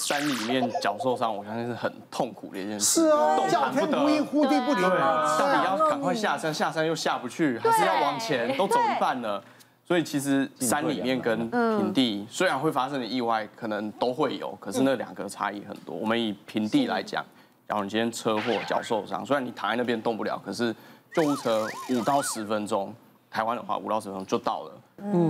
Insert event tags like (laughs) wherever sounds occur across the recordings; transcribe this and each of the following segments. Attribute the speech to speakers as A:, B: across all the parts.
A: 山里面脚受伤，我相信是很痛苦的一件事。
B: 是啊
A: 动，
B: 叫
A: 弹
B: 天
A: 不
B: 不应，
A: 得。
B: 呼地不灵。
C: 对
B: 是
A: 到底
B: 啊，
A: 要赶快下山，下山又下不去，还是要往前，都走一半了。所以其实山里面跟
B: 嗯
A: 平地虽然会发生的意外，可能都会有，可是那两个差异很多。我们以平地来讲，然后你今天车祸脚受伤，虽然你躺在那边动不了，可是救护车五到十分钟，台湾的话五到十分钟就到了。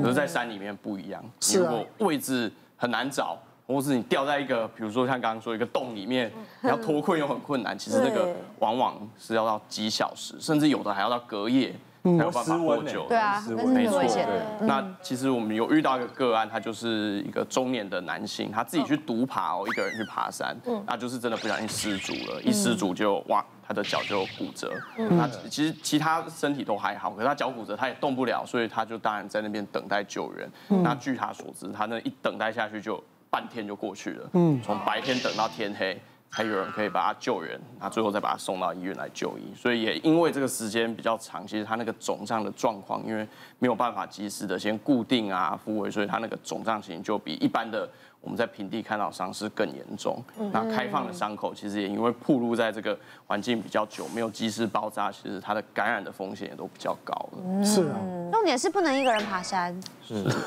A: 可是在山里面不一样，你
B: 嗯是啊
A: 如果位置很难找，或是你掉在一个，比如说像刚刚说一个洞里面，
B: 嗯
A: 你要脱困又很困难，其实那个
D: 对
A: 往往是要到几小时，甚至有的还要到隔夜才有办法获救。
C: 对啊，那是
A: 没
C: 很
A: 错
C: 危险的。，嗯
A: 那其实我们有遇到一个个案，他就是一个中年的男性，他自己去独爬哦，一个人去爬山，
C: 嗯
A: 那就是真的不小心失足了，一失足就哇，他的脚就骨折。
C: 嗯
A: 那其实其他身体都还好，可是他脚骨折，他也动不了，所以他就当然在那边等待救援。
C: 嗯
A: 那据他所知，他那一等待下去就半天就过去了，
C: 嗯
A: 从白天等到天黑。才有人可以把他救援，那最后再把他送到医院来就医。所以也因为这个时间比较长，其实他那个肿胀的状况，因为没有办法及时的先固定啊复位，所以他那个肿胀型就比一般的我们在平地看到的伤势更严重。那开放的伤口其实也因为暴露在这个环境比较久，没有及时包扎，其实它的感染的风险也都比较高了。
B: 是啊，
D: 重点是不能一个人
C: (laughs)
D: 爬山，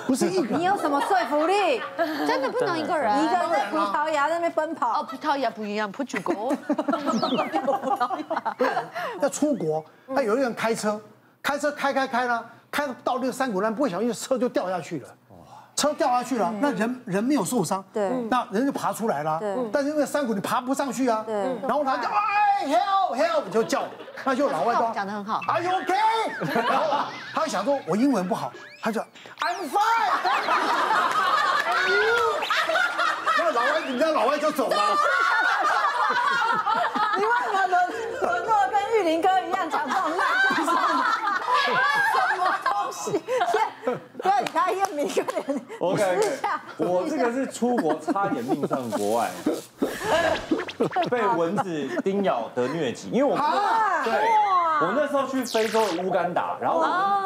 B: 不是一个
E: 你有什么说服力？
D: 真的不能一个人。
E: 一个人在葡萄牙那边奔
C: 哦，
E: 跑，
C: 葡萄牙不一样，葡萄牙。 (laughs)
B: 要出国，那有一个人开车，开车开开开呢，开到那个山谷那，不会小心车就掉下去了。车掉下去了，那人人没有受伤，
D: 对
B: 那人就爬出来了
D: 对，
B: 但是因为山谷你爬不上去啊，
D: 对
B: 然后他就哎 help help 就叫，那就老外
C: 他
B: 都
C: 讲得很好
B: ，Are you OK？然后他就想说，我英文不好，他就 I'm fine，I'm you，那老外你知道老外就走了。
E: 你为什么沦沦落跟玉林哥一样讲这种烂笑话？什么东西？先不要理他，叶明哥脸，
C: 我
E: 你
C: 感
E: 试
C: 觉
E: 一
D: 啊
E: 下，
C: 我
E: 试
C: 这
E: 一
C: 个
E: 下
C: 是
F: 出国差点命丧国外，被蚊子叮咬得疟疾。因为我们对，我那时候去非洲的乌干达，然后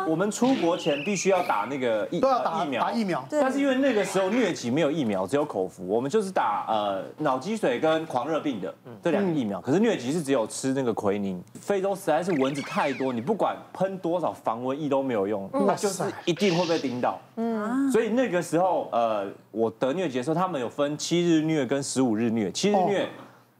F: 我们出国前必须要打那个疫呃
B: 都要打
F: 疫苗，
B: 打疫苗
F: 但是因为那个时候疟疾没有疫苗，只有口服，我们就是打呃脑积水跟狂热病的
B: 嗯
F: 这两个疫苗。可是疟疾是只有吃那个奎宁。非洲实在是蚊子太多，你不管喷多少防蚊液都没有用，它就是一定会被叮到。所以那个时候，呃，我得疟疾的时候，他们有分七日疟跟十五日疟。七日疟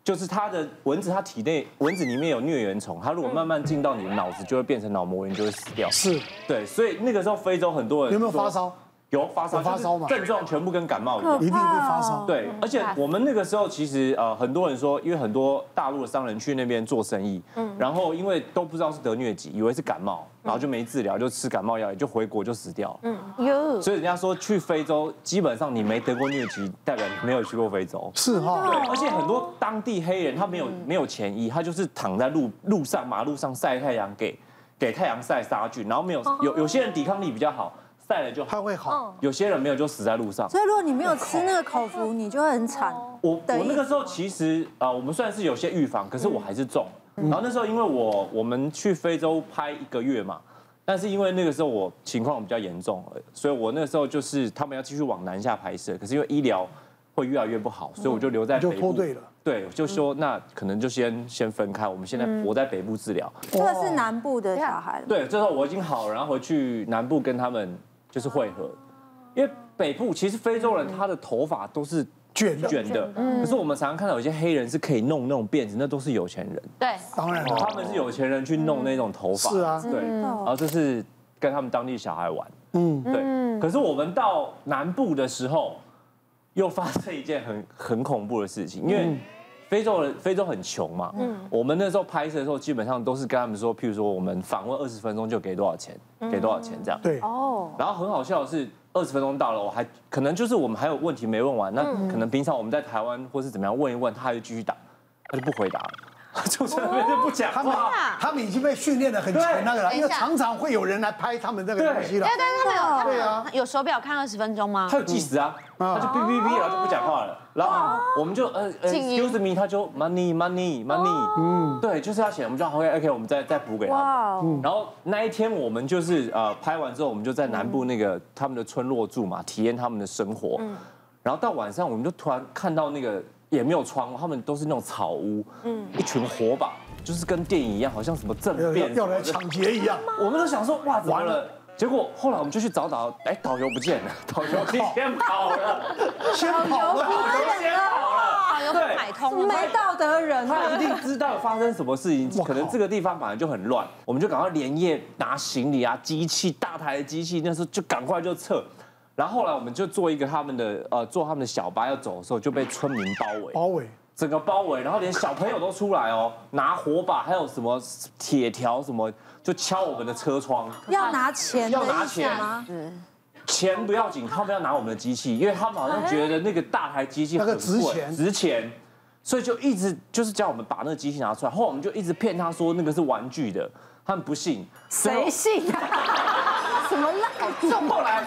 F: 就是它的蚊子，它体内蚊子里面有疟原虫，它如果慢慢进到你的脑子，就会变成脑膜炎，就会死掉。
B: 是
F: 对，所以那个时候非洲很多人
B: 有没有
F: 说
B: 发烧？
F: 有发烧，
B: 有发烧吗
F: 就是症状全部跟感冒一样。
B: 一定会发烧。
F: 对，而且我们那个时候其实呃，很多人说，因为很多大陆的商人去那边做生意，然后因为都不知道是得疟疾，以为是感冒，然后就没治疗，就吃感冒药，也就回国就死掉了。
D: 哟，
F: 所以人家说去非洲，基本上你没得过疟疾，代表你没有去过非洲。
B: 是哈，
F: 对，而且很多当地黑人他没有没有钱医，他就是躺在路路上马路上晒太阳，给给太阳晒杀菌，然后没有有有些人抵抗力比较好，晒了就
B: 他
F: 好，
B: 会好。
F: 有些人没有就死在路上。
E: 所以如果你没有吃那个口服，你就会很惨。
F: 我我
E: 的意思
F: 那个时候其实啊，呃我们算是有些预防，可是我还是中。然后那时候因为我我们去非洲拍一个月嘛，但是因为那个时候我情况比较严重，呃所以我那时候就是他们要继续往南下拍摄，可是因为医疗会越来越不好，所以我就留在
B: 你就
F: 北
B: 脱
F: 部
B: 队了。
F: 对，我就说那可能就先先分开，我们现在我在北部治疗。
E: 这个是南部的小孩，
F: 对，这时候我已经好了，然后回去南部跟他们就是汇合，因为北部其实非洲人他的头发都是
B: 卷的
F: 卷的，可是我们常常看到有些黑人是可以弄那种辫子，那都是有钱人，
C: 对，
B: 当然了，
F: 他们是有钱人去弄那种头发，
B: 是啊
E: 哦
F: 对，然
E: 嗯
F: 后就是跟他们当地小孩玩，嗯，对。可是我们到南部的时候，又发生一件很很恐怖的事情，因
B: 嗯
F: 为非洲人非洲很穷嘛，我们那时候拍摄的时候，基本上都是跟他们说，譬如说我们访问二十分钟就给多少钱，给多少钱这样，
B: 对，
E: 哦
F: 然后很好笑的是，二十分钟到了，我还可能就是我们还有问题没问完，那可能平常我们在台湾或是怎么样问一问，他还就继续打，他就不回答了， (laughs) 就在那边就不讲
B: 他们
F: 话。
B: 他们已经被训练的很强那个了，
C: 对
B: 因为常常会有人来拍他们这个东西了
C: 但。但是他们有他们
B: 对
C: 有
B: 啊
C: 有手表看二十分钟吗
F: 他？有计时啊，
B: 嗯哦
F: 他就哔哔哔，然后就不讲话了，然后我们就呃呃
C: 静音
F: ，excuse me，他就 money money money，嗯，
B: 哦
F: 对，就是要钱，我们就 OK OK，我们再再补给他。
E: 哇哦，
F: 然后那一天我们就是呃拍完之后，我们就在南部那个他们的村落住嘛，体验他们的生活。然后到晚上，我们就突然看到那个也没有窗户，他们都是那种草屋，嗯，一群火把，就是跟电影一样，好像什么政
B: 要要
F: 变
B: 要来抢劫一样。
F: 我们都想说哇，完
B: 完
F: 了
B: 了？
F: 结果后来我们就去找导，哎，导游不见了， (laughs) 导游提前跑了，
B: 先跑了，
F: 导游先跑
C: 啊，有
F: 了，对，
C: 买通了，
E: 没道德人啊，
F: 他一定知道发生什么事情，
B: 我靠
F: 可能这个地方本来就很乱，我们就赶快连夜拿行李啊、机器、大台的机器，那时候就赶快就撤。然后后来我们就坐一个他们的呃，坐他们的小巴要走的时候，就被村民包围，
B: 包围，
F: 整个包围，然后连小朋友都出来哦，拿火把还有什么铁条什么，就敲我们的车窗。
E: 要拿钱的
F: 要拿
E: 意思吗？
F: 钱不要紧，他们要拿我们的机器，因为他们好像觉得那个大台机器
B: 那个
F: 很
B: 值
F: 贵
B: 钱
F: 值钱，所以就一直就是叫我们把那个机器拿出来。后来我们就一直骗他说那个是玩具的，他们不信。
E: 谁信啊？什么烂重
F: 后来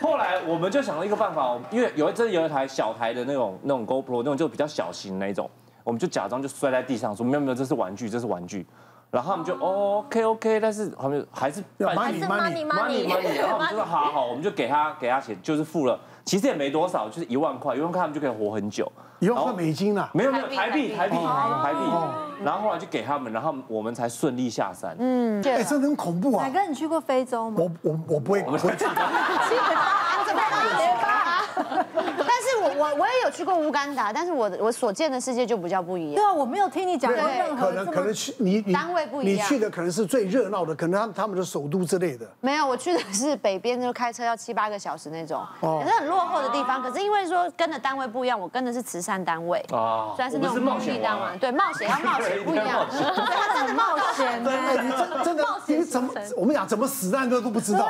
F: 后来我们就想了一个办法，因为有一真的有一台小台的那种那种 GoPro 那种就比较小型那一种，我们就假装就摔在地上说没有没有，这是玩具，这是玩具。然后他们就、哦 OK OK，但是他们还是
B: 要
F: 半信
B: 把你 money
F: money money，然后我们就说好好，我们就给他给他钱，就是付了，其实也没多少，就是一万块，一万块他们就可以活很久。
B: 一万块美金啊啦，
F: 没有没有台
C: 台
F: 币
C: 币
F: 台币
B: 哦
F: 台币，然后后来就给他们，然后我们才顺利下山。
B: 哎，真的很恐怖啊
E: 哪！个你去过非洲吗？
B: 我我我不会，我不会
D: 但是我我我也有去过乌干达，但是我的我所见的世界就比较不一
E: 对
D: 样。
E: 啊，我没有听你讲过任何
B: 可
E: 这
B: 能
E: 么
B: 可能去你你
D: 单位不一
B: 你
D: 样
B: 去的可能是最热闹的，可能他们他们的首都之类的。
D: 没有，我去的是北边，就开车要七八个小时那种，
B: 哦
D: 也是很落后的地方。可是因为说跟的单位不一样，我跟的是慈善单位，
F: 哦
B: 啊
D: 虽然是那
F: 我
D: 种
F: 们是冒
D: 公
F: 险
D: 益单
F: 王
D: 位，对，冒险要冒险不
B: (laughs)
D: 一样，
F: 对一定要冒险
D: 对他真的冒险。
E: 险呢？
B: 哎，你真真的你怎么我们讲怎么死难的都不知道，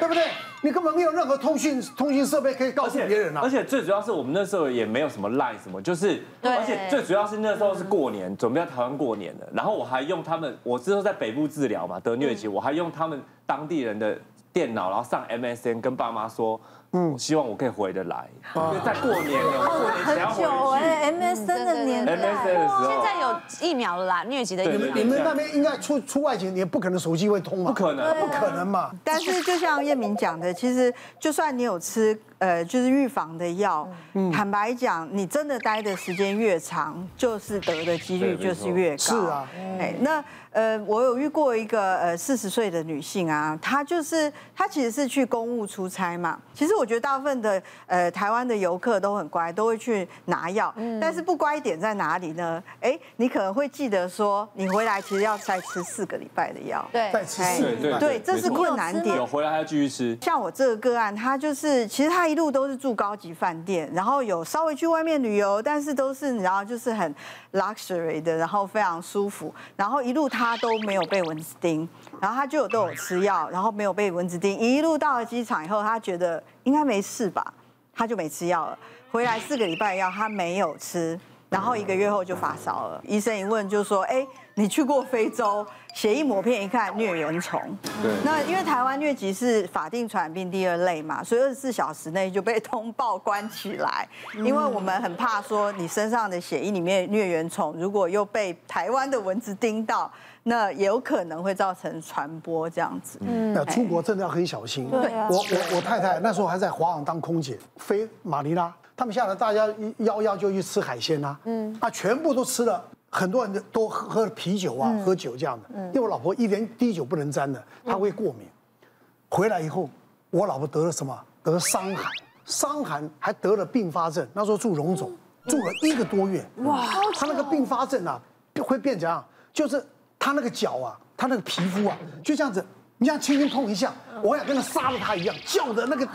B: 对不对？你根本没有任何通讯通讯设备可以告
F: 而
B: 诉
F: 且
B: 别人啊
F: 而。且最主要是我们那时候也没有什么赖什么，就是，
D: 对
F: 而且最主要是那时候是过年，准备要台湾过年了，然后我还用他们，我之后在北部治疗嘛，得疟疾，我还用他们当地人的电脑，然后上 MSN 跟爸妈说，嗯，我希望我可以回得来，因为在过年了，我过年前要
E: 很
F: 回
E: 久
F: 去
E: 哎，MSN
G: 嗯
E: 的
C: 嗯
E: 年
F: MSN
E: 代，
F: 的时
B: 哦
F: 候，
C: 现在有疫苗了啦，疟疾的疫
F: 对
B: 你
C: 苗
B: 们。你们那边应该出出外景，也不可能手机会通嘛？
F: 不可能，
B: 不可能嘛？
H: 但是就像叶明讲的，其实就算你有吃呃就是预防的药，
B: 嗯
H: 坦白讲，你真的待的时间越长，就是得的几
F: 对
H: 率
F: 没错
H: 就是越高。
B: 是啊，
H: 哎，那呃，我有遇过一个呃四十岁的女性啊，她就是她其实是去公务出差嘛。其实我觉得大部分的呃台湾的游客都很乖，都会去拿药。
B: 嗯
H: 但是不乖一点在哪里呢？哎，你可能会记得说，你回来其实要再吃四个礼拜的药。
D: 对
B: 再吃
H: 哎
B: 四个
F: 对
B: 礼拜。
H: 对，这是困难点。
F: 有回来还要继续吃。
H: 像我这个个案，他就是其实他一路都是住高级饭店，然后有稍微去外面旅游，但是都是你知道就是很 luxury 的，然后非常舒服，然后一路他都没有被蚊子叮，然后他就有都有吃药，然后没有被蚊子叮，一路到了机场以后，他觉得应该没事吧，他就没吃药了。回来四个礼拜的药他没有吃，然后一个月后就发烧了。医生一问就说：“哎，你去过非洲？”血液抹片一看，疟原虫。
F: 对
H: 那因为台湾疟疾是法定传染病第二类嘛，所以二十四小时内就被通报关起来，因为我们很怕说你身上的血液里面疟原虫，如果又被台湾的蚊子叮到，那也有可能会造成传播这样子。
B: 那出国真的要很小心。
E: 啊对啊
B: 我我我太太那时候还在华航当空姐，飞马尼拉，他们下来大家一要要就去吃海鲜啊，嗯，啊，全部都吃了。很多人都喝喝啤酒
E: 嗯
B: 啊，喝酒这样的。因为我老婆一点滴酒不能沾的，她会过敏。回来以后，我老婆得了什么？得了伤寒，伤寒还得了并发症。那时候住荣总，住了一个多月。哇，她那个并发症啊，会变怎样？就是她那个脚啊，她那个皮肤啊，就这样子，你这样轻轻碰一下，我想跟她杀了她一样，叫的那个。
E: 嗯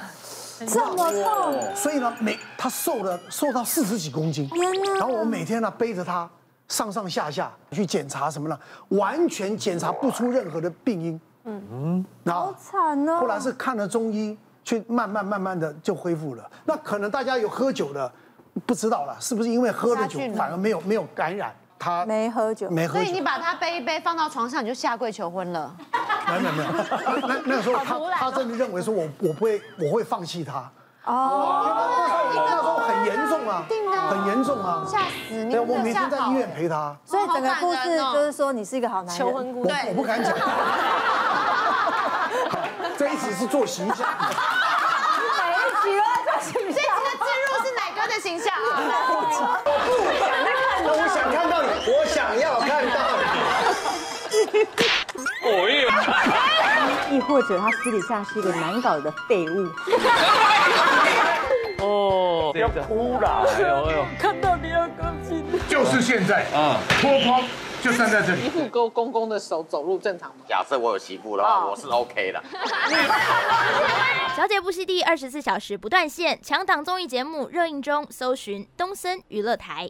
E: 这么痛，
B: 所以呢，每她瘦了，瘦到四十几公斤。然后我每天呢背着她上上下下去检查什么呢？完全检查不出任何的病因。嗯嗯，然后
E: 好惨哦
B: 后来是看了中医，去慢慢慢慢的就恢复了。那可能大家有喝酒的，不知道了，是不是因为喝了酒
D: 杀菌了
B: 反而没有没有感染？他
E: 没喝酒，
B: 没喝
D: 所
B: 酒，
D: 以你把它背一背放到床上，你就下跪求婚了。
B: 没有没有没有。那那个时候他
D: 好突然哦
B: 他真的认为说我我不会我会放弃他。哦，那时候那时候很严重啊
D: 定的，啊
B: 很严重啊。
D: 吓死你！
B: 对，我每
D: 吓
B: 天在医
D: 跑
B: 院陪他，
E: 所以整个故
C: 好感
E: 事
C: 人哦
E: 就是说你是一个好男人。
C: 姑
B: 我我不敢讲。这一集是做形象，
E: 每一集都在做形
D: (laughs) 这
E: 象
D: 次的置入是奶哥的形象啊！
C: (laughs)
G: 亦或者他私底下是一个难搞的废物。
A: 哦，不要哭啦！哎呦哎呦，
I: 就是现在，嗯，脱光就站在这里。
J: 不勾公公的手走路正常吗？
A: 假设我有媳妇的话，我是 OK 的。
K: 小姐不息地二十四小时不断线，强档综艺节目热映中，搜寻东森娱乐台。